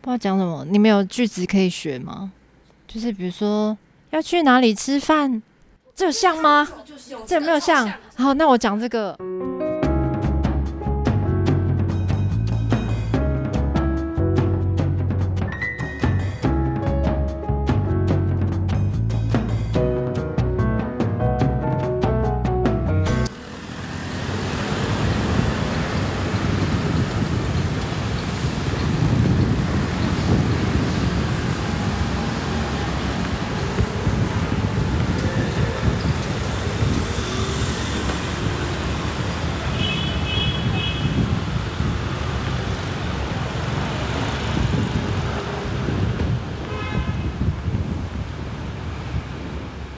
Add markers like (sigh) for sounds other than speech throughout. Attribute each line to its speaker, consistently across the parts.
Speaker 1: 不知道讲什么，你们有句子可以学吗？就是比如说要去哪里吃饭，这有像吗？这有没有像？好，那我讲这个。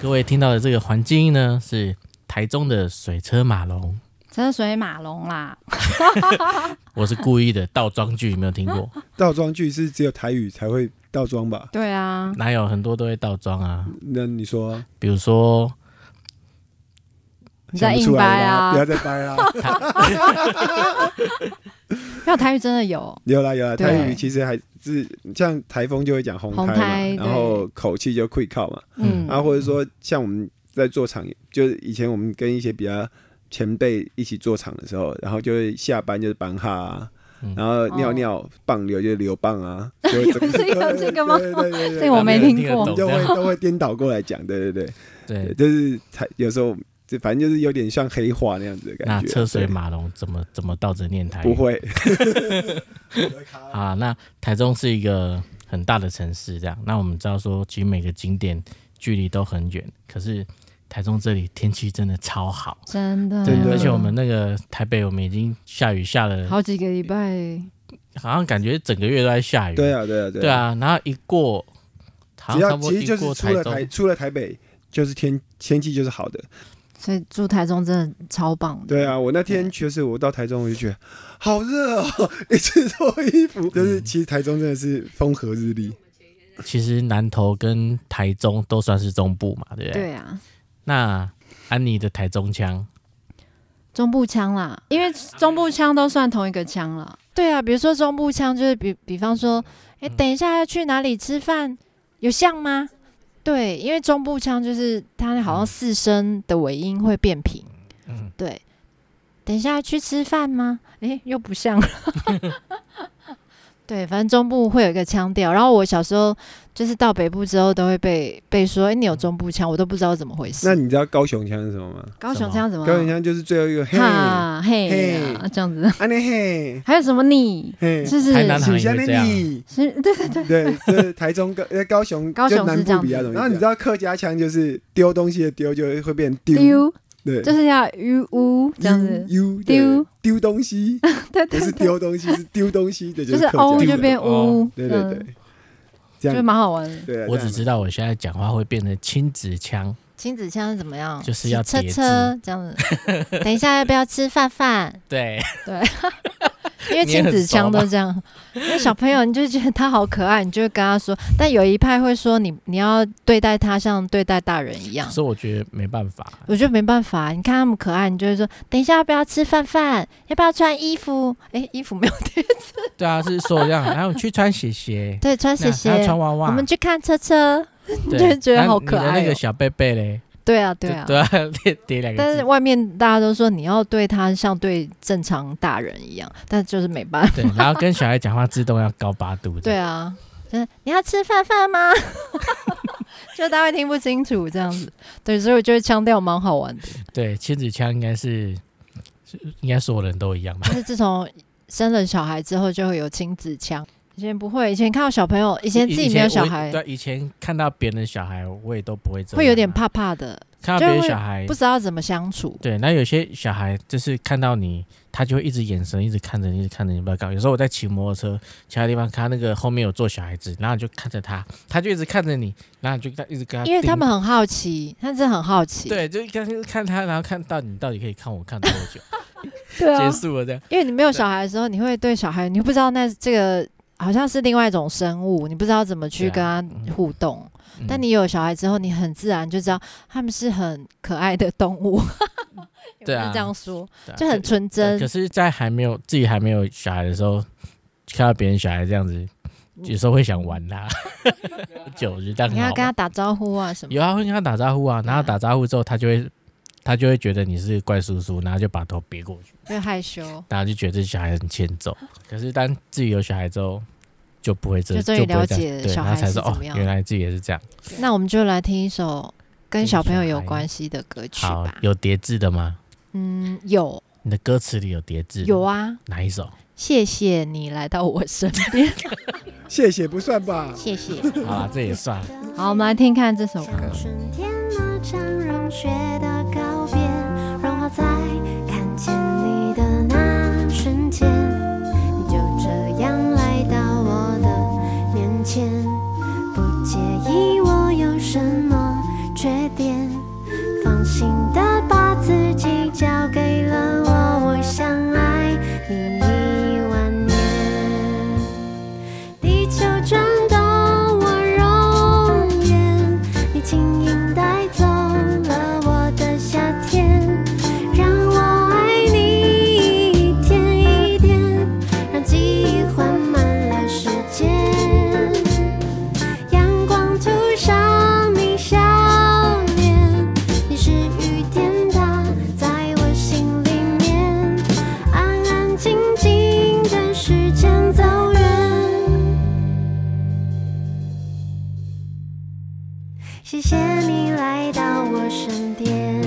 Speaker 2: 各位听到的这个环境音呢，是台中的水车马龙。
Speaker 1: 车水马龙啦，
Speaker 2: 我是故意的倒装句，有没有听
Speaker 3: (laughs)
Speaker 2: 过？
Speaker 3: 倒装句是只有台语才会倒装吧？
Speaker 1: 对啊，
Speaker 2: 哪有很多都会倒装啊？
Speaker 3: 那你说啊、
Speaker 2: 比如说，
Speaker 1: 你
Speaker 3: 想
Speaker 1: 在
Speaker 3: 不
Speaker 1: 硬
Speaker 3: 出
Speaker 1: 掰
Speaker 3: 来了吧
Speaker 1: 啊
Speaker 3: 不要再掰
Speaker 1: (laughs)
Speaker 3: 啦！ (laughs)
Speaker 1: 那台语真的有，
Speaker 3: 有啦有啦，
Speaker 1: 对
Speaker 3: 台语其实还是像台风就会讲红
Speaker 1: 红
Speaker 3: 胎
Speaker 1: 胎
Speaker 3: 嘛，然后口气就 quick call 嘛，
Speaker 1: 嗯，
Speaker 3: 啊，或者说像我们在做场，就是以前我们跟一些比较前辈一起做场的时候，然后就会下班就是绑哈、啊
Speaker 2: 嗯，
Speaker 3: 然后尿尿棒流就是流棒啊，
Speaker 1: 哦 (laughs)
Speaker 3: 就会整
Speaker 1: 这个这个吗
Speaker 3: 对对对对对
Speaker 1: 这个我没
Speaker 2: 没有人
Speaker 1: 听
Speaker 2: 听得
Speaker 1: 过
Speaker 2: 懂。
Speaker 3: 就会都会颠倒过来讲，对对对，对
Speaker 2: 对，
Speaker 3: 就是台有时候就反正就是有点像黑话那样子的
Speaker 2: 那
Speaker 3: 感觉。
Speaker 2: 车水马龙怎么怎么倒着念台语？
Speaker 3: 对不会，
Speaker 2: 啊，那台中是一个很大的城市，这样，那我们知道说，其实每个景点距离都很远，可是台中这里天气真的超好，
Speaker 1: (laughs) 真的，
Speaker 2: 对
Speaker 3: 真，的
Speaker 2: 而且我们那个台北，我们已经下雨下了，
Speaker 1: 好几个礼拜，
Speaker 2: 好像感觉整个月都在下雨，
Speaker 3: 对，啊对啊对
Speaker 2: 对，啊，然后一过，好
Speaker 3: 只
Speaker 2: 像差
Speaker 3: 要
Speaker 2: 不多
Speaker 3: 其实
Speaker 2: 一
Speaker 3: 就是
Speaker 2: 过
Speaker 3: 出
Speaker 2: 台
Speaker 3: 了
Speaker 2: 中，
Speaker 3: 台出了台北，就是天天气就是好的。
Speaker 1: 所以住台中真的超棒的。
Speaker 3: 对啊，我那天就是我到台中，我就觉得好热哦， (laughs) 一直脱衣服。就是其实台中真的是风和日丽，
Speaker 2: 其实南投跟台中都算是中部嘛，对不对？
Speaker 1: 对啊，
Speaker 2: 那安妮的台中腔，
Speaker 1: 中步枪啦，因为中步枪都算同一个枪了。对啊，比如说中步枪就是比比方说，哎、等一下要去哪里吃饭，有像吗？对，因为中步枪就是它好像四声的尾音会变平。
Speaker 2: 嗯
Speaker 1: 对，等一下要去吃饭吗？哎、又不像了。对，反正中部会有一个腔调，然后我小时候就是到北部之后都会被被说，哎、你有中部腔，我都不知道怎么回事。
Speaker 3: 那你知道高雄腔是什么吗？
Speaker 1: 高雄腔怎么？
Speaker 3: 高雄腔就是最后一个嘿，安
Speaker 1: 哈嘿啊
Speaker 3: 嘿
Speaker 1: 这样子， (laughs)
Speaker 3: 尼嘿，
Speaker 1: 还有什么你？
Speaker 3: 嘿，
Speaker 1: 是不是
Speaker 2: 台南
Speaker 3: 是
Speaker 2: 好像
Speaker 3: 下
Speaker 2: 也会这
Speaker 3: 面
Speaker 2: 样，
Speaker 3: 你。
Speaker 1: 是对对对，
Speaker 3: 对，这台中高呃高雄
Speaker 1: 高雄
Speaker 3: 就南
Speaker 1: 是这样
Speaker 3: 部
Speaker 1: 子
Speaker 3: 比较容易。然后你知道客家腔就是丢东西的丢，就会变丢，
Speaker 1: 丢
Speaker 3: 对，
Speaker 1: 就是要 u u 这样子，
Speaker 3: 丢
Speaker 1: 丢
Speaker 3: 丢丢东西， (laughs)
Speaker 1: 对
Speaker 3: 不
Speaker 1: 对
Speaker 3: 是
Speaker 1: 对，
Speaker 3: 丢东西，是丢东西的，
Speaker 1: 就是
Speaker 3: 是客家
Speaker 1: o
Speaker 3: 腔
Speaker 1: 就变 u，
Speaker 3: 对对
Speaker 1: 嗯
Speaker 3: 对，这
Speaker 1: 就
Speaker 3: 样
Speaker 1: 蛮好玩的。
Speaker 3: 对啊，
Speaker 2: 我只
Speaker 3: 这样
Speaker 2: 知道我现在讲话会变成亲子腔，
Speaker 1: 亲子腔是怎么样？
Speaker 2: 就是要
Speaker 1: 车
Speaker 2: 叠字
Speaker 1: 车这样子。
Speaker 3: (laughs)
Speaker 1: 等一下要不要吃饭饭？
Speaker 2: (laughs) 对，
Speaker 1: 因为亲子腔都这样，因为小朋友你就觉得他好可爱，你就会跟他说。但有一派会说你你要对待他像对待大人一样
Speaker 2: 可。是我觉得没办法，
Speaker 1: 我觉得没办法，你看他们可爱，你就会说，等一下要不要吃饭饭？要不要穿衣服？哎、衣服没有对，，
Speaker 2: 对啊，是说这样，然后去穿鞋鞋
Speaker 1: 对，穿
Speaker 2: 那
Speaker 1: (laughs) 鞋
Speaker 2: 啊还要
Speaker 1: 鞋。
Speaker 2: 穿娃
Speaker 1: 我
Speaker 2: 娃，
Speaker 1: 们去看车车。
Speaker 2: 对
Speaker 1: 就觉得好可
Speaker 2: 那你的
Speaker 1: 爱
Speaker 2: 那
Speaker 1: 哦
Speaker 2: 个小贝贝嘞，
Speaker 1: 对啊，对
Speaker 2: 就 (laughs)
Speaker 1: 啊。
Speaker 2: 对啊，叠叠两
Speaker 1: 但
Speaker 2: 个
Speaker 1: 是
Speaker 2: 字，
Speaker 1: 外面大家都说你要对他像对正常大人一样，但就是没办法。
Speaker 2: 对，然后跟小孩讲话自动要高八度，
Speaker 1: 对，啊，就是你要吃饭饭吗？ (laughs) 就大家会听不清楚这样子。对，所以我觉得腔调蛮好玩的。
Speaker 2: 对，亲子腔应该是，是应该所有人都一样吧，
Speaker 1: 但是自从生了小孩之后，就会有亲子腔。以前不会，以前看到小朋友，以前自己没有小
Speaker 2: 以
Speaker 1: 孩
Speaker 2: 前我，对，以前看到别人的小孩，我也都不会这样啊，
Speaker 1: 会有点怕怕的，
Speaker 2: 看
Speaker 1: 就
Speaker 2: 到别人
Speaker 1: 会
Speaker 2: 小孩
Speaker 1: 不，知道怎么相处。
Speaker 2: 对，那有些小孩就是看到你，他就会一直眼神一直看着你，一直看着你，不要搞。有时候我在骑摩托车，其他地方看到那个后面有坐小孩子，然后你就看着他，他就一直看着你，然后你就跟他一直跟他盯，
Speaker 1: 因为他们很好奇，他们真的很好奇。
Speaker 2: 啊对，就一开始看他，然后看到你到底可以看我看多久，
Speaker 1: (laughs) 对啊
Speaker 2: 结束了这样。
Speaker 1: 因为你没有小孩的时候，你会对小孩，你不知道那这个好像是另外一种生物，你不知道怎么去跟
Speaker 2: 对啊
Speaker 1: 他互动。
Speaker 2: 嗯
Speaker 1: 但你有小孩之后，你很自然就知道他们是很可爱的动
Speaker 2: (laughs)
Speaker 1: 物。也不
Speaker 2: 对
Speaker 1: 是
Speaker 2: 啊
Speaker 1: 这样说，
Speaker 2: 对啊
Speaker 1: 就很
Speaker 2: 可
Speaker 1: 纯
Speaker 2: 对
Speaker 1: 真
Speaker 2: 可。是，在还没有自己还没有小孩的时候，看到别人小孩这样子，有时候会想玩
Speaker 1: (laughs)
Speaker 2: 他，酒就当
Speaker 1: 嗯你要跟他嗯打招呼啊什么？
Speaker 2: 啊有啊，会跟他打招呼啊，然后
Speaker 1: 对
Speaker 2: 打招呼之后，他就会他就会觉得你是怪叔叔，然后就把头别过去，
Speaker 1: 会害
Speaker 2: (laughs)
Speaker 1: 羞，
Speaker 2: 然后就觉得这小孩很欠
Speaker 1: (laughs)
Speaker 2: 揍。可是当自己有小孩之后，就不会这
Speaker 1: 就终于
Speaker 2: 不会
Speaker 1: 了
Speaker 2: 这样
Speaker 1: 解
Speaker 2: 对，
Speaker 1: 小
Speaker 2: 然
Speaker 1: 孩
Speaker 2: 后才
Speaker 1: 是
Speaker 2: 说哦
Speaker 1: 怎么，样
Speaker 2: 原来自己也是这样。
Speaker 1: 那我们就来听一首跟
Speaker 2: 跟
Speaker 1: 小朋友
Speaker 2: 小
Speaker 1: 有
Speaker 2: 孩
Speaker 1: 关系的歌曲
Speaker 2: 好
Speaker 1: 吧，。
Speaker 2: 有叠字的吗？
Speaker 1: 嗯，有
Speaker 2: 你的歌词里有叠字？
Speaker 1: 有，啊，
Speaker 2: 哪一首？
Speaker 1: 谢谢你来到我身 (laughs) 边，
Speaker 3: 谢谢不算吧？
Speaker 1: 谢谢。
Speaker 2: 好啊，这也算。
Speaker 1: 好，我们来听看这首歌。
Speaker 4: 像春天那场融雪的告别，融化在看见你的那瞬间，你就这样来到我的面前，不介意我有什么缺点，放心的把自己交给了我，我想爱你一万年。地球转动我容颜，你轻盈带走了我的夏天，让我爱你一天一点，让记忆缓慢了时间。阳光涂上你笑脸，你是雨点打在我心里面，安安静静跟时间走远。谢谢你来到我身边。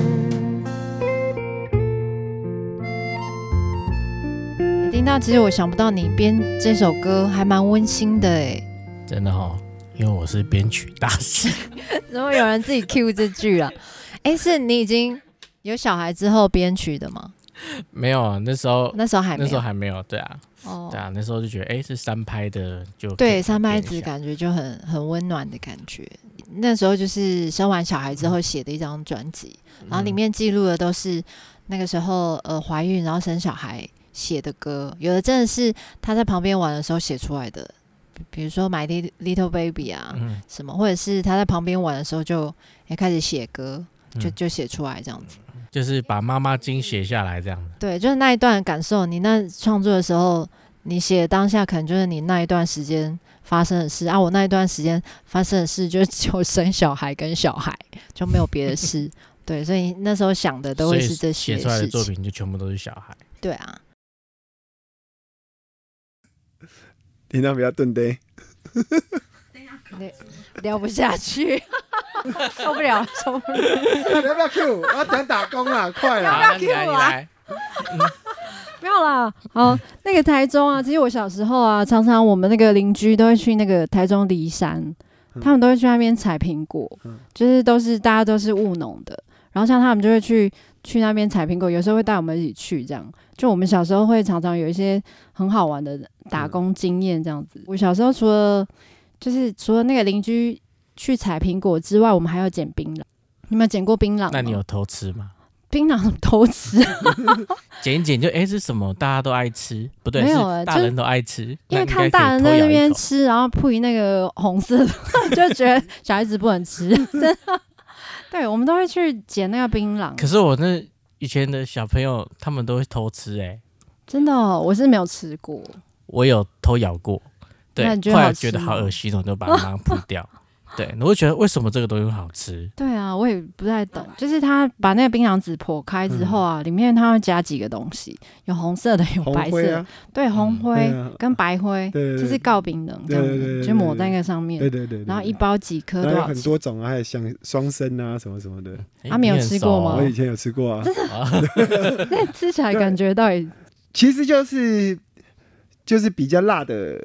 Speaker 1: 也听到，其实我想不到你编这首歌还蛮温馨的哎，
Speaker 2: 真的哦，因为我是编曲大师，
Speaker 1: 怎么有人自己 Q 这句啊？哎，是你已经有小孩之后编曲的吗？
Speaker 2: 没有啊，那时候
Speaker 1: 那时候还没
Speaker 2: 那时候
Speaker 1: 有
Speaker 2: 还没有，对啊，
Speaker 1: 哦
Speaker 2: 对，啊，那时候就觉得哎是三拍的就可
Speaker 1: 对，
Speaker 2: 以
Speaker 1: 三拍
Speaker 2: 编
Speaker 1: 子
Speaker 2: 一下
Speaker 1: 感觉就很很温暖的感觉。那时候就是生完小孩之
Speaker 2: 嗯
Speaker 1: 后写的一张专辑，然后里面记录的都是那个时候呃怀孕然后生小孩写的歌，有的真的是他在旁边玩的时候写出来的，比比如说《My Little- Little Baby》啊，
Speaker 2: 嗯
Speaker 1: 什么，或者是他在旁边玩的时候就也开始写歌，就
Speaker 2: 嗯
Speaker 1: 就写出来这样子。
Speaker 2: 就是把妈妈经写下来这样子。
Speaker 1: 对，就是那一段感受，你那创作的时候，你写的当下可能就是你那一段时间发生的事啊。我那一段时间发生的事就是 (laughs) 只有生小孩跟小孩，就没有别的
Speaker 2: (laughs)
Speaker 1: 事。对，所以那时候想的都
Speaker 2: 所
Speaker 1: 会
Speaker 2: 以
Speaker 1: 是这些
Speaker 2: 写出来的
Speaker 1: 事
Speaker 2: 作
Speaker 1: 情。
Speaker 2: 品就全部都是小孩。
Speaker 1: 对啊，
Speaker 3: 听到比较顿呆，
Speaker 1: 聊不下去， (laughs) 受不了，受不了。
Speaker 3: 那 (laughs) 你要不要 Q？我要讲打工啦，快啦！
Speaker 1: 要 cue 我啊，没有啦，好，那个台中啊，其实我小时候啊，常常我们那个邻居都会去那个台中梨山，
Speaker 3: 嗯
Speaker 1: 他们都会去那边采苹果
Speaker 3: 嗯，
Speaker 1: 就是都是大家都是务农的，然后像他们就会去去那边采苹果，有时候会带我们一起去这样。就我们小时候会常常有一些很好玩的打工经验这样子。我小时候除了就是除了那个邻居去采苹果之外，我们还要捡槟榔。你们有捡过槟榔吗？
Speaker 2: 那你有偷吃吗？
Speaker 1: 槟榔偷吃？
Speaker 2: 剪一剪就哎、是什么？大家都爱吃，不对，
Speaker 1: 没有欸
Speaker 2: 是大
Speaker 1: 就
Speaker 2: 人都爱吃。
Speaker 1: 因
Speaker 2: 那
Speaker 1: 为
Speaker 2: 应该
Speaker 1: 看
Speaker 2: 可以
Speaker 1: 大人
Speaker 2: 偷
Speaker 1: 在
Speaker 2: 咬
Speaker 1: 那
Speaker 2: 一
Speaker 1: 边
Speaker 2: 口
Speaker 1: 吃，然后配那个红色的， (laughs) 就觉得小孩子不能
Speaker 3: (laughs)
Speaker 1: 吃，真的。对，我们都会去捡那个槟榔
Speaker 2: 可，是我那以前的小朋友他们都会偷吃哎、
Speaker 1: 真的、哦，我是没有吃过。
Speaker 2: 我有偷咬过，对
Speaker 1: 那你，觉得
Speaker 2: 后来
Speaker 1: 好
Speaker 2: 觉
Speaker 1: 吃
Speaker 2: 得好
Speaker 1: 吗
Speaker 2: 恶心，我哦就把它马上吐掉。对，我就觉得为什么这个东西好吃？
Speaker 1: 对啊，我也不太懂，就是他把那个槟榔纸剖开之后啊，里面他会加几个东西，有红色的，有
Speaker 3: (laughs) 嗯红
Speaker 1: 白色
Speaker 3: 灰
Speaker 1: 的，
Speaker 3: 啊，
Speaker 1: 对，红
Speaker 2: 嗯
Speaker 1: 灰
Speaker 3: 对啊
Speaker 1: 跟白灰，
Speaker 3: 对对对
Speaker 1: 就是告槟榔这
Speaker 3: 对
Speaker 1: 样
Speaker 3: 对对
Speaker 1: 子，
Speaker 3: 对
Speaker 1: 就抹在
Speaker 3: 对
Speaker 1: 那个上面
Speaker 3: 对，对对，对
Speaker 1: 然后一包几颗
Speaker 3: 然
Speaker 1: 多
Speaker 3: 后有
Speaker 1: 少
Speaker 3: 很
Speaker 1: 钱？
Speaker 3: 多种啊，还有像双生啊什么什么的，
Speaker 2: 诶
Speaker 1: 啊没有
Speaker 2: 你很
Speaker 1: 吃过
Speaker 2: 熟
Speaker 1: 吗
Speaker 2: 哦
Speaker 3: 我以前有吃过啊。
Speaker 1: 那 (laughs) 吃起来感觉到底
Speaker 3: 其实就是就是比较辣的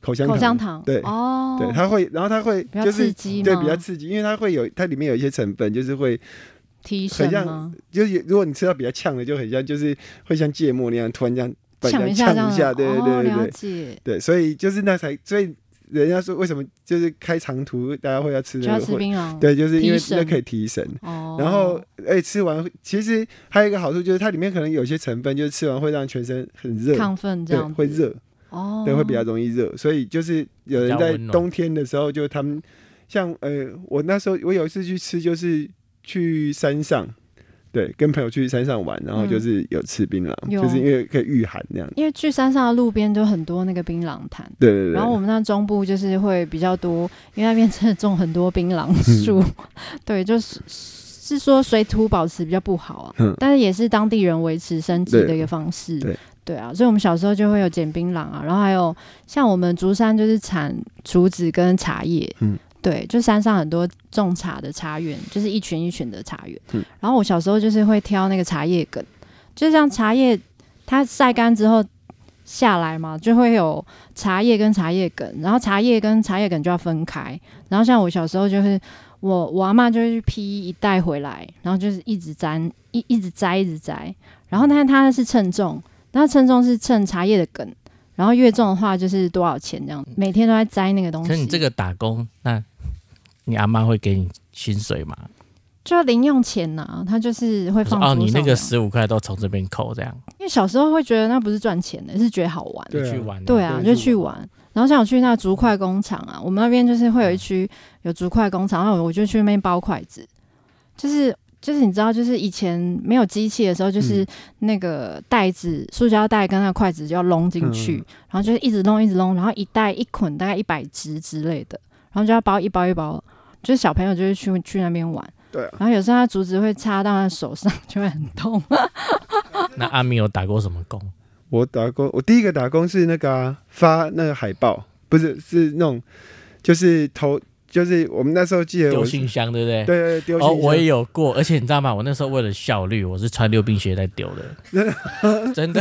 Speaker 3: 口香
Speaker 1: 口香
Speaker 3: 糖，
Speaker 1: 糖
Speaker 3: 对
Speaker 1: 哦，
Speaker 3: 对，它会，然后它会
Speaker 1: 比较
Speaker 3: 就
Speaker 1: 刺
Speaker 3: 是
Speaker 1: 激
Speaker 3: 对
Speaker 1: 吗
Speaker 3: 比较刺激，因为它会有它里面有一些成分，就是会
Speaker 1: 提神
Speaker 3: 很像
Speaker 1: 吗？
Speaker 3: 就是有如果你吃到比较呛的，就很像就是会像芥末那样突然这样把
Speaker 1: 抢
Speaker 3: 人
Speaker 1: 一
Speaker 3: 家
Speaker 1: 下
Speaker 3: 呛
Speaker 1: 这样
Speaker 3: 一
Speaker 1: 子
Speaker 3: 下，对对
Speaker 1: 哦、
Speaker 3: 对
Speaker 1: 了
Speaker 3: 对
Speaker 1: 解，
Speaker 3: 对，所以就是那才所以人家说为什么就是开长途大家会要吃
Speaker 1: 就
Speaker 3: 那
Speaker 1: 要
Speaker 3: 个
Speaker 1: 吃
Speaker 3: 会，
Speaker 1: 槟榔，，
Speaker 3: 对，就是因为
Speaker 1: 提神
Speaker 3: 那可以提神。
Speaker 1: 哦，
Speaker 3: 然后，哎、吃完其实还有一个好处就是它里面可能有些成分，就是吃完会让全身很热，
Speaker 1: 亢奋这
Speaker 3: 对，
Speaker 1: 样
Speaker 3: 会
Speaker 1: 子
Speaker 3: 热，
Speaker 1: 哦，
Speaker 3: 对，会比较容易热，所以就是有人
Speaker 2: 比较
Speaker 3: 在
Speaker 2: 温暖
Speaker 3: 冬天的时候，就他们像呃，我那时候我有一次去吃，就是去山上，对，跟朋友去山上玩，然后就是有吃槟榔，
Speaker 1: 嗯有
Speaker 3: 就是因为可以御寒那样。
Speaker 1: 因为去山上的路边就很多那个槟榔摊，
Speaker 3: 对对对，
Speaker 1: 然后我们那中部就是会比较多，因为那边真的种很多槟榔树，
Speaker 3: 嗯
Speaker 1: (laughs) 对，就是是说水土保持比较不好啊，
Speaker 3: 嗯
Speaker 1: 但是也是当地人维持生计的一个方式。
Speaker 3: 对对
Speaker 1: 啊，所以我们小时候就会有捡槟榔啊，然后还有像我们竹山就是产竹子跟茶叶，
Speaker 3: 嗯
Speaker 1: 对，就山上很多种茶的茶园，就是一群一群的茶园。
Speaker 3: 嗯
Speaker 1: 然后我小时候就是会挑那个茶叶梗，就像茶叶它晒干之后下来嘛，就会有茶叶跟茶叶梗，然后茶叶跟茶叶梗就要分开。然后像我小时候就是我我阿妈就会去批一袋回来，然后就是一直粘一一直摘一直摘，然后但是它是称重，那称重是称茶叶的梗，然后越重的话就是多少钱这样，每天都在摘那个东
Speaker 2: 可是
Speaker 1: 西。
Speaker 2: 你这个打工，那你阿妈会给你薪水吗？
Speaker 1: 就零用钱呐、他就是会
Speaker 2: 她说
Speaker 1: 放
Speaker 2: 哦，
Speaker 1: 桌
Speaker 2: 你那
Speaker 1: 上
Speaker 2: 个
Speaker 1: 的
Speaker 2: 十五块都从这边扣，这样
Speaker 1: 啊因为小时候会觉得那不是赚钱的，是觉得好玩。
Speaker 3: 对啊
Speaker 2: 你去玩。
Speaker 1: 对啊，
Speaker 3: 对
Speaker 1: 就
Speaker 3: 去
Speaker 1: 去玩。然后像我去那竹筷工厂啊，我们那边就是会有一
Speaker 3: 嗯
Speaker 1: 区有竹筷工厂，然后我就去那边包筷子，就是。就是你知道，就是以前没有机器的时候，就是
Speaker 3: 嗯
Speaker 1: 那个袋子、塑胶袋跟那个筷子就要弄进去，
Speaker 3: 嗯
Speaker 1: 然后就是一直弄，一直弄，然后一袋一捆大概一百只之类的，然后就要包一包一包，就是小朋友就是去去那边玩，
Speaker 3: 对啊，
Speaker 1: 然后有时候他竹子会插到他手上， (laughs) 就会很痛。
Speaker 2: 那阿咪有打过什么工？
Speaker 3: 我打工，我第一个打工是那个啊、发那个海报，不是是那种就是投，就是我们那时候记得
Speaker 2: 丢
Speaker 3: 我
Speaker 2: 信箱，对不对？
Speaker 3: 对对对丢
Speaker 2: 哦，
Speaker 3: 信箱
Speaker 2: 我也有过，而且你知道吗？我那时候为了效率，我是穿溜冰鞋在丢的，
Speaker 3: (laughs)
Speaker 2: 真的。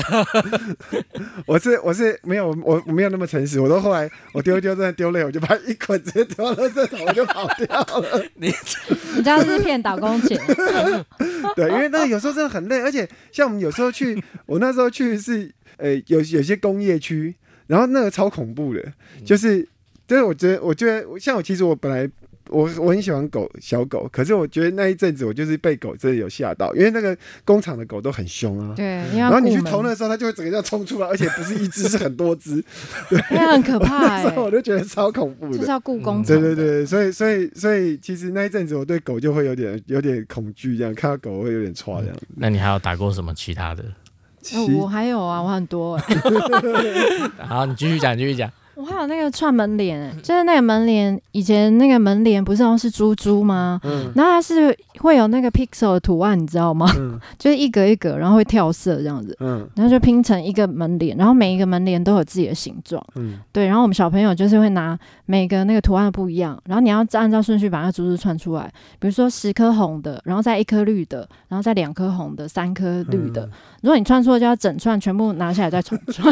Speaker 3: 我是我是没有我我没有那么诚实，我都后来我丢一丢真的丢累，我就把一捆直接丢到垃圾桶，我就跑掉了。
Speaker 1: 你知道这是骗打工钱， (laughs)
Speaker 3: (laughs) 对，因为那个有时候真的很累，而且像我们有时候去，我那时候去是呃有有些工业区，然后那个超恐怖的，
Speaker 1: 嗯
Speaker 3: 就是就是我觉得我觉得像我其实我本来。我我很喜欢狗，小狗，可是我觉得那一阵子我就是被狗真的有吓到，因为那个工厂的狗都很凶啊。
Speaker 1: 对，因为要
Speaker 3: 然后你
Speaker 1: 顾
Speaker 3: 去
Speaker 1: 门
Speaker 3: 投那，个时候，它就会整个这样冲出来，而且不是一只，是很多只，
Speaker 1: (laughs) 因为很可怕 (laughs) 哎、
Speaker 3: 所 (laughs) 以我就觉得超恐怖
Speaker 1: 就是
Speaker 3: 的。
Speaker 1: 要雇工
Speaker 2: 嗯
Speaker 1: 厂
Speaker 3: 对
Speaker 1: 的、哎
Speaker 3: 对对，所以所以所以，其实那一阵子我对狗就会有点有点恐惧，这样看到狗我会有点歘这样。
Speaker 2: 那你还有打过什么其他的？
Speaker 1: 哎
Speaker 3: 其
Speaker 1: 我还有啊，我很多、欸，
Speaker 2: 好，你继续讲，继续讲。
Speaker 1: (laughs) 我还有那个串门帘、欸，就是那个门帘，以前那个门帘不是都是珠珠吗？
Speaker 3: 嗯
Speaker 1: 然后它是会有那个 pixel 的图案，你知道吗？ (laughs)
Speaker 3: 嗯
Speaker 1: 就是一格一格，然后会跳色这样子，
Speaker 3: 嗯
Speaker 1: 然后就拼成一个门帘，然后每一个门帘都有自己的形状。
Speaker 3: 嗯，
Speaker 1: 对，然后我们小朋友就是会拿每个那个图案不一样，然后你要按照顺序把那珠珠串出来，比如说十颗红的，然后再一颗绿的，然后再两颗红的，三颗绿的。如果你串错，了，就要整串全部拿下来再重串，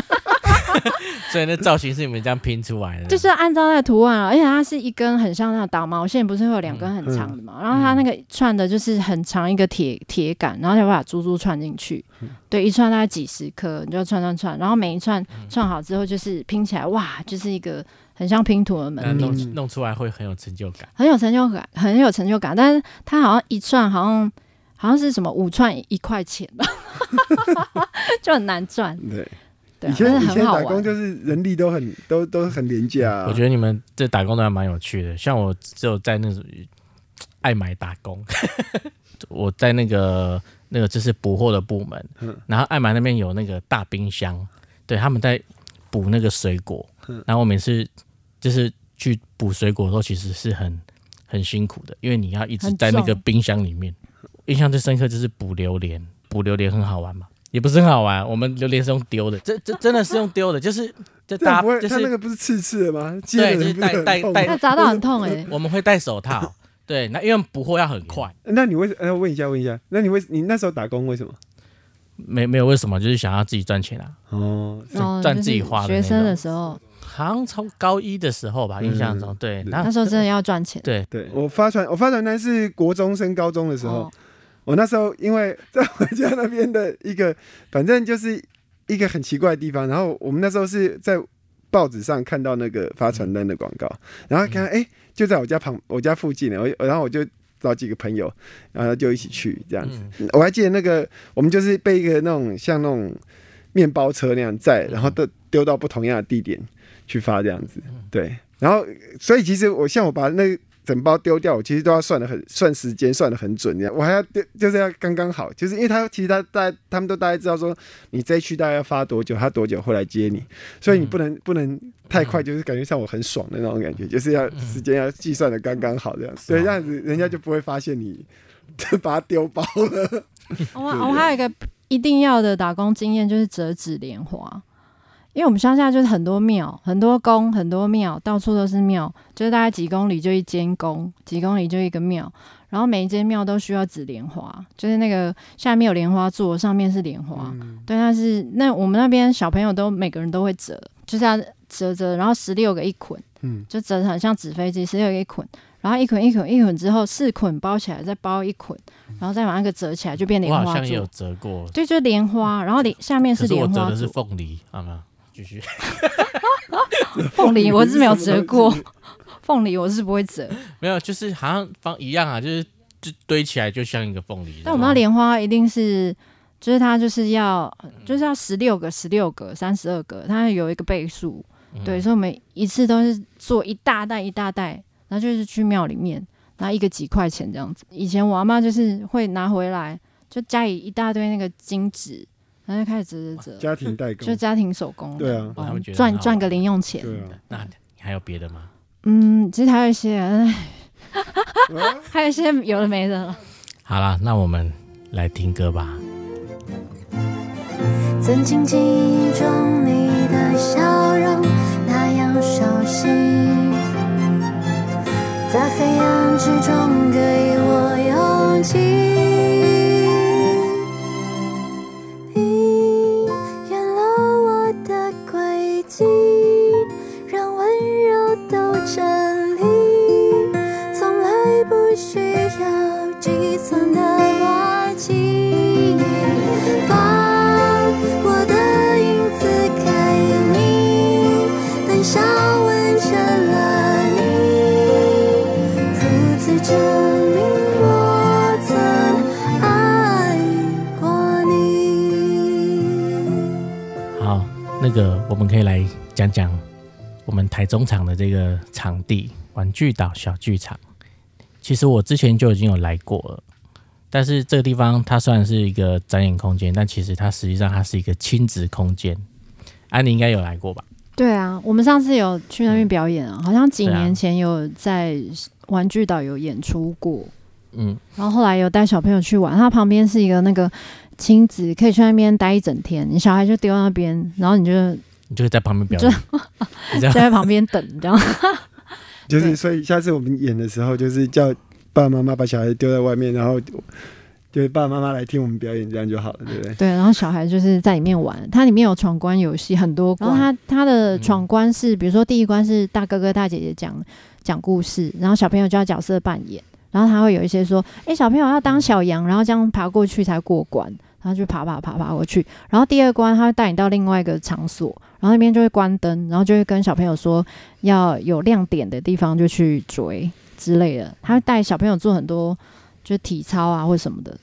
Speaker 2: 所以那造型是你们这样拼出来的，
Speaker 1: 就是按照那个图案啊。而且它是一根很像那个导毛线，不是会有两根很长的嘛？然后它那个串的就是很长一个铁铁杆，然后再把珠珠串进去。对，一串大概几十颗，你就串串串，然后每一串串好之后，就是拼起来，哇，就是一个很像拼图的门
Speaker 2: 那
Speaker 1: 帘。
Speaker 2: 弄
Speaker 3: 嗯
Speaker 2: 弄出来会很有成就感。
Speaker 1: 很有成就感，很有成就感。但是它好像一串好像好像是什么五串一块钱吧， (laughs) 就很难赚。
Speaker 3: 对。
Speaker 1: 对、
Speaker 3: 以
Speaker 1: 啊，但
Speaker 3: 前
Speaker 1: 是
Speaker 3: 以前
Speaker 1: 很好
Speaker 3: 打工
Speaker 1: 玩。
Speaker 3: 就是人力都很都都很廉价啊。
Speaker 2: 我觉得你们这打工都还蛮有趣的，像我只有在那种爱买打工， (laughs) 我在那个那个就是补货的部门，然后爱买那边有那个大冰箱，对，他们在补那个水果，然后我每次就是去补水果的时候，其实是很很辛苦的，因为你要一直
Speaker 1: 很
Speaker 2: 在那
Speaker 1: 重
Speaker 2: 个冰箱里面。印象最深刻就是补榴莲，补榴莲很好玩嘛。也不是很好玩，我们榴莲是用丢的，这这真的是用丢的，就是这
Speaker 3: 这样
Speaker 2: 大
Speaker 3: 不会，
Speaker 2: 就
Speaker 3: 他
Speaker 2: 是
Speaker 3: 那个不是刺刺的吗？接的人不
Speaker 2: 就是带
Speaker 3: 很痛吗
Speaker 2: 带
Speaker 1: 那砸到很痛哎、
Speaker 2: 我们会戴手套， (laughs) 对，那因为补货要很快，
Speaker 3: 那你为什？哎，问一下问一下，那你为你那时候打工为什么？
Speaker 2: 没没有为什么，就是想要自己赚钱啊。
Speaker 3: 哦，
Speaker 1: 然后
Speaker 2: (laughs) 赚自己花的
Speaker 1: 哦学
Speaker 2: 那
Speaker 1: 生的
Speaker 2: 种
Speaker 1: 时
Speaker 3: (laughs)
Speaker 1: 候，
Speaker 2: 好像从高一的时候吧，印象中，对，嗯那
Speaker 1: 那时候真的要赚钱。
Speaker 2: 对，
Speaker 3: 对我发传我发传单是国中升高中的时候，
Speaker 1: 哦
Speaker 3: (laughs) 我那时候因为在我家那边的一个，反正就是一个很奇怪的地方。然后我们那时候是在报纸上看到那个发传单的广告，然后看哎、诶就在我家旁，我家附近的，我然后我就找几个朋友，然后就一起去这样子。我还记得那个，我们就是被一个那种像那种面包车那样载，然后都丢到不同样的地点去发这样子，对。然后，所以其实我像我把那整包丢掉，我其实都要算的很算时间，算的很准。这样我还要丢，就是要刚刚好，就是因为他其实他大概他们都大概知道说你这一区大概要发多久，他多久会来接你，所以你不能、不能太快，就是感觉像我很爽的那种感觉，就是要时间要计算的刚刚好这样，所以这样子人家就不会发现你 (laughs) 就把它丢包了。
Speaker 1: 我哦我还有一个一定要的打工经验就是折纸莲花，因为我们乡下就是很多庙、很多宫、很多庙，到处都是庙，就是大概几公里就一间宫，几公里就一个庙，然后每一间庙都需要纸莲花，就是那个下面有莲花座，上面是莲花，对，但是那我们那边小朋友都每个人都会折，就是要折折，然后十六个一捆，
Speaker 3: 嗯，
Speaker 1: 就折得很像纸飞机，十六个一捆。然后一捆一捆一捆之后，四捆包起来，再包一捆，然后再把那个折起来，就变莲
Speaker 2: 我
Speaker 1: 花
Speaker 2: 好
Speaker 1: 座。
Speaker 2: 像也有折过，
Speaker 1: 对，就是莲花，然后莲下面
Speaker 2: 可是我
Speaker 1: 莲
Speaker 2: 折
Speaker 1: 花
Speaker 2: 的是
Speaker 1: 组，
Speaker 2: 凤梨，好吗？继续， (laughs)
Speaker 1: 凤梨我是没有折过
Speaker 3: 什么东西，
Speaker 1: 凤梨我是不会折，
Speaker 2: 没有，就是好像方一样啊，就是就堆起来就像一个凤梨。
Speaker 1: 但我们那莲花一定是，就是它就是要就是要十六个、十六个、三十二个，它有一个倍数，
Speaker 2: 嗯
Speaker 1: 对，所以我们一次都是做一大袋一大袋，然后就是去庙里面拿一个几块钱这样子。以前我阿妈就是会拿回来，就家里一大堆那个金纸，然后就开始折折折，
Speaker 3: 家庭代
Speaker 1: 就
Speaker 3: 工，
Speaker 1: 家庭手工，
Speaker 3: 对啊
Speaker 2: 他们觉得很
Speaker 1: 赚
Speaker 2: 好
Speaker 1: 赚个零用钱。
Speaker 3: 对啊。
Speaker 2: 那你还有别的吗？
Speaker 1: 嗯，其实还有一些，唉
Speaker 3: 啊
Speaker 1: (laughs) 还有一些有的没的。
Speaker 2: 好啦，那我们来听歌吧。
Speaker 4: 曾经记忆中你的笑容那样熟悉，在黑暗之中给我勇气。你原谅我的轨迹，让温柔都真理，从来不需要计算的逻辑。把我的影子给你，等笑完成了你，如此证明我曾爱过你。
Speaker 2: 好，那个我们可以来讲讲我们台中场的这个场地——玩具岛小剧场。其实我之前就已经有来过了，但是这个地方它虽然是一个展演空间，但其实它实际上它是一个亲子空间。安、妮应该有来过吧？
Speaker 1: 对啊，我们上次有去那边表演啊，好像几年前有在玩具岛有演出过，
Speaker 2: 嗯，
Speaker 1: 然后后来有带小朋友去玩，它旁边是一个那个亲子，可以去那边待一整天，你小孩就丢那边，然后你就
Speaker 2: 你就在旁边表演，你知道
Speaker 1: 就在旁边等这样。
Speaker 3: 就是所以下次我们演的时候，就是叫爸爸妈妈把小孩丢在外面，然后就是爸爸妈妈来听我们表演，这样就好了，对不对？
Speaker 1: 对，然后小孩就是在里面玩，它里面有闯关游戏很多关，然后嗯它它的闯关是，比如说第一关是大哥哥大姐姐讲讲故事，然后小朋友就要角色扮演，然后他会有一些说，诶，小朋友要当小羊，然后这样爬过去才过关，然后就爬爬爬爬过去，然后第二关他会带你到另外一个场所，然后那边就会关灯，然后就会跟小朋友说要有亮点的地方就去追之类的，他会带小朋友做很多就是体操啊或什么的，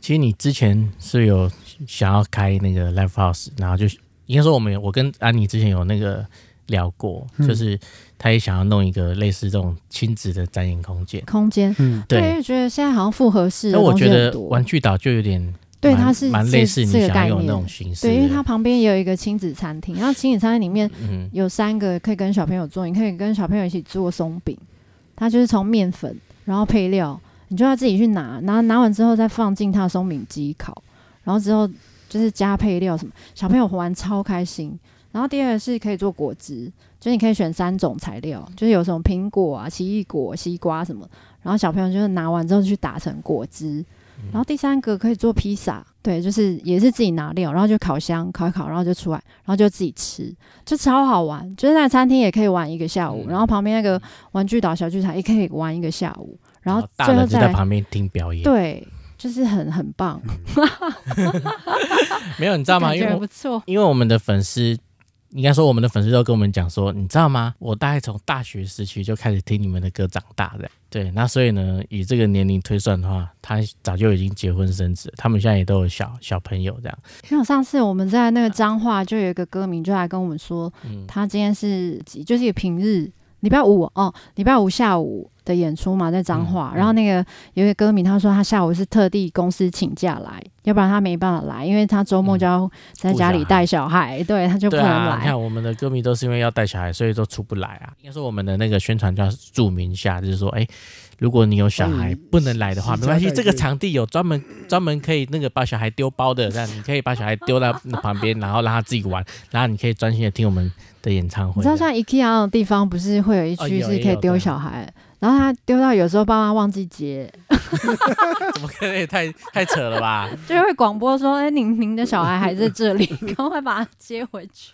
Speaker 2: 其实你之前是有想要开那个 live house，然后就应该说我们有我跟安妮之前有那个聊过，
Speaker 3: 嗯
Speaker 2: 就是她也想要弄一个类似这种亲子的展演空间。
Speaker 1: 空间。
Speaker 3: 嗯，
Speaker 1: 对，因为觉得现在好像复合式的
Speaker 2: 那我
Speaker 1: 东西
Speaker 2: 觉
Speaker 1: 很
Speaker 2: 得
Speaker 1: 多
Speaker 2: 玩。具岛就有点
Speaker 1: 对，
Speaker 2: 蛮
Speaker 1: 它是
Speaker 2: 蛮
Speaker 1: 这
Speaker 2: 类似你
Speaker 1: 这个
Speaker 2: 想要
Speaker 1: 概
Speaker 2: 有
Speaker 1: 念
Speaker 2: 那种形式的，
Speaker 1: 对，因为它旁边也有一个亲子餐厅，然后亲子餐厅里面
Speaker 2: 嗯
Speaker 1: 有三个可以跟小朋友做，你可以跟小朋友一起做松饼，它就是从面粉，然后配料，你就要自己去拿，拿拿完之后再放进它的松饼机烤，然后之后就是加配料什么，小朋友玩超开心。然后第二个是可以做果汁，就是你可以选三种材料，就是有什么苹果啊、奇异果、西瓜什么，然后小朋友就是拿完之后去打成果汁。
Speaker 2: 嗯
Speaker 1: 然后第三个可以做披萨，对，就是也是自己拿料，然后就烤箱烤一烤，然后就出来，然后就自己吃，就超好玩。就是那餐厅也可以玩一个下午，
Speaker 2: 嗯
Speaker 1: 然后旁边那个玩具岛小剧场也可以玩一个下午，然后
Speaker 2: 大
Speaker 1: 最后
Speaker 2: 人就
Speaker 1: 再
Speaker 2: 在
Speaker 1: 来
Speaker 2: 旁边听表演，
Speaker 1: 对，就是很很棒，
Speaker 2: 没有你知
Speaker 1: 知
Speaker 2: 道吗？因为
Speaker 1: 很
Speaker 2: 我
Speaker 1: 不错，
Speaker 2: 因为我们的粉丝。应该说，我们的粉丝都跟我们讲说，你知道吗？我大概从大学时期就开始听你们的歌长大的。对，那所以呢，以这个年龄推算的话，他早就已经结婚生子，他们现在也都有小小朋友这样。
Speaker 1: 像上次我们在那个彰化，就有一个歌迷就来跟我们说，
Speaker 2: 嗯，
Speaker 1: 他今天是几就是一个平日，礼拜五哦，礼拜五下午的演出嘛，在彰化。
Speaker 2: 嗯
Speaker 1: 然后那个有一个歌迷他说他下午是特地公司请假来，要不然他没办法来，因为他周
Speaker 2: 嗯
Speaker 1: 末就要在家里带小孩，对，他就不
Speaker 2: 对
Speaker 1: 能
Speaker 2: 啊，你
Speaker 1: 来。
Speaker 2: 看我们的歌迷都是因为要带小孩，所以都出不来啊。应该说我们的那个宣传就要注明一下，就是说，哎、如果你有小孩
Speaker 3: 嗯
Speaker 2: 不能来的话，
Speaker 3: 是
Speaker 2: 没关系，
Speaker 3: 是
Speaker 2: 这个场地有专门专门可以那个把小孩丢包的，这样你可以把小孩丢到旁边，然后让他自己玩，然后你可以专心的听我们的演唱
Speaker 1: 你
Speaker 2: 会
Speaker 1: 知
Speaker 2: 这
Speaker 1: 道
Speaker 2: 样。
Speaker 1: 像 IKEA 那种地方，不是会有一
Speaker 2: 哦
Speaker 1: 区
Speaker 2: 有
Speaker 1: 是
Speaker 2: 也
Speaker 1: 可以
Speaker 2: 有
Speaker 1: 丢
Speaker 2: 对
Speaker 1: 小孩，然后他丢到有时候爸妈忘记接，
Speaker 2: 怎么可能也太太扯了吧？
Speaker 1: 就会广播说：“哎、您您的小孩还在这里， (laughs) 赶快把他接回去。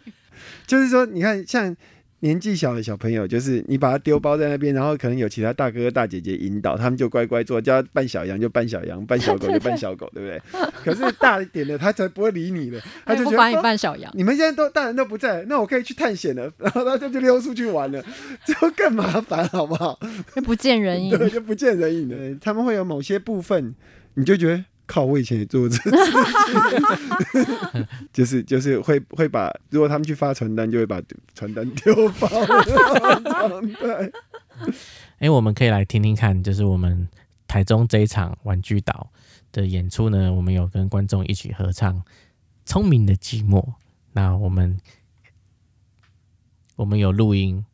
Speaker 3: 就是说，你看，像年纪小的小朋友，就是你把他丢包在那边，然后可能有其他大哥哥大姐姐引导，他们就乖乖做，叫他扮小羊就扮小羊，扮小狗就扮小狗，对不对？可是大一点的他才不会理你的，他
Speaker 1: 哎
Speaker 3: 就
Speaker 1: 不
Speaker 3: 觉得
Speaker 1: 管你
Speaker 3: 哦
Speaker 1: 扮小羊，
Speaker 3: 你们现在都大人都不在，那我可以去探险了，然后他就就溜出去玩了， (laughs) 就更麻烦，好不好？
Speaker 1: 就 (laughs) 不见人影。
Speaker 3: 对，就不见人影了。对他们会有某些部分，你就觉得靠，我以前也做过这个事情，就是就是会会把，如果他们去发传单，就会把传单丢包了。对，
Speaker 2: 哎、我们可以来听听看，就是我们台中这一场玩具岛的演出呢，我们有跟观众一起合唱《聪明的寂寞》。那我们我们有录音，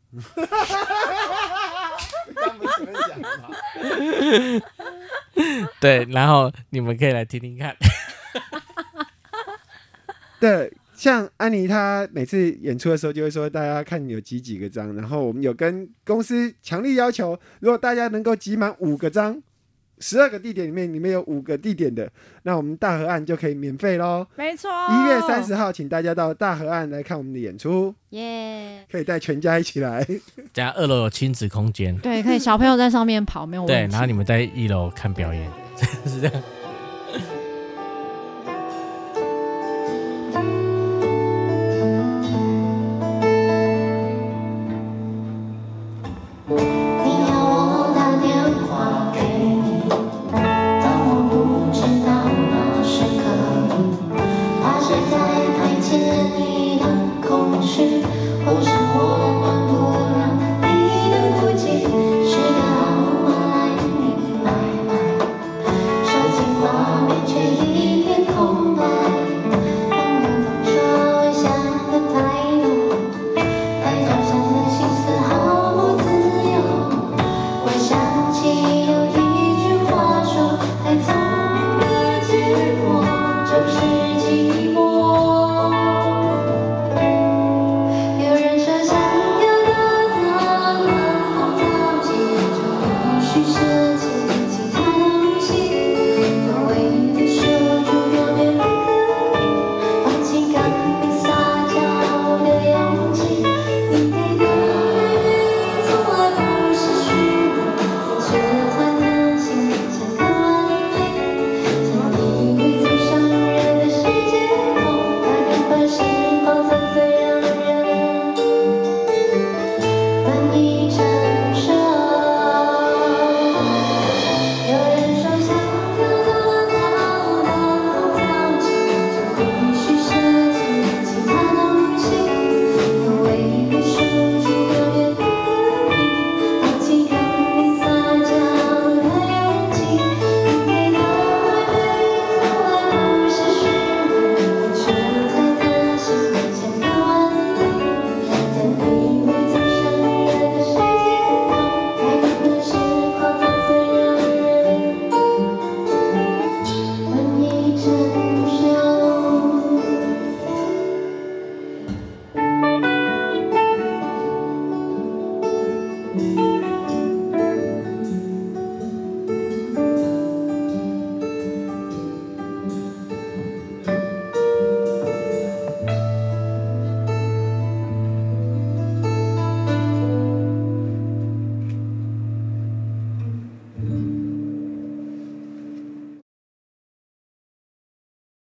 Speaker 2: 对，然后你们可以来听听看。
Speaker 3: 对，像安妮她每次演出的时候，就会说大家看有集几个章，然后我们有跟公司强力要求，如果大家能够集满五个章。十二个地点里面，里面有五个地点的，那我们大河岸就可以免费喽。
Speaker 1: 没错，
Speaker 3: 一月三十号，请大家到大河岸来看我们的演出，
Speaker 1: 耶。 (laughs)
Speaker 3: 可以带全家一起来。
Speaker 2: 等下二楼有亲子空间，
Speaker 1: 对，可以小朋友在上面跑，没有
Speaker 2: 对，
Speaker 1: 问题
Speaker 2: 然。后你们在一楼看表演， (laughs) 是这样。
Speaker 4: 你要我打电话给你，当我不知道那时刻，怕是在排解你的空虚，互相温暖不了你的孤寂，是个傲慢来你买买，手机画面却一片空白，我们总说微笑的态度。爱上山的心思毫不自由。我想起有一句话说，太聪明的结果就是寂寞。有人说想要的答案好早记，就无需设计其他东西。所谓的守住永远不可以。放弃敢于撒娇的勇气，你给的爱从来不是虚伪，你却太贪心，想更完美，从你会走上人的世界后，才明白时光才最让人难以承受。有人说想要得到的好早起，就必须舍弃其他东西。可为你守住永远不可以，放弃跟你撒娇的勇气。你给的爱被从来不是虚伪，你却太贪心，想更完美。在你会走上人的世界后，才懂得时光才最让人难以承受。
Speaker 5: 有人说想要得到的好早起，就必须舍弃其他东西。可为你守住永远不可以，放弃跟你撒娇的勇气。你给的爱被从来不是虚伪，你却太贪心，想更完美。在你会走上人的世界后，才懂得时光才最让人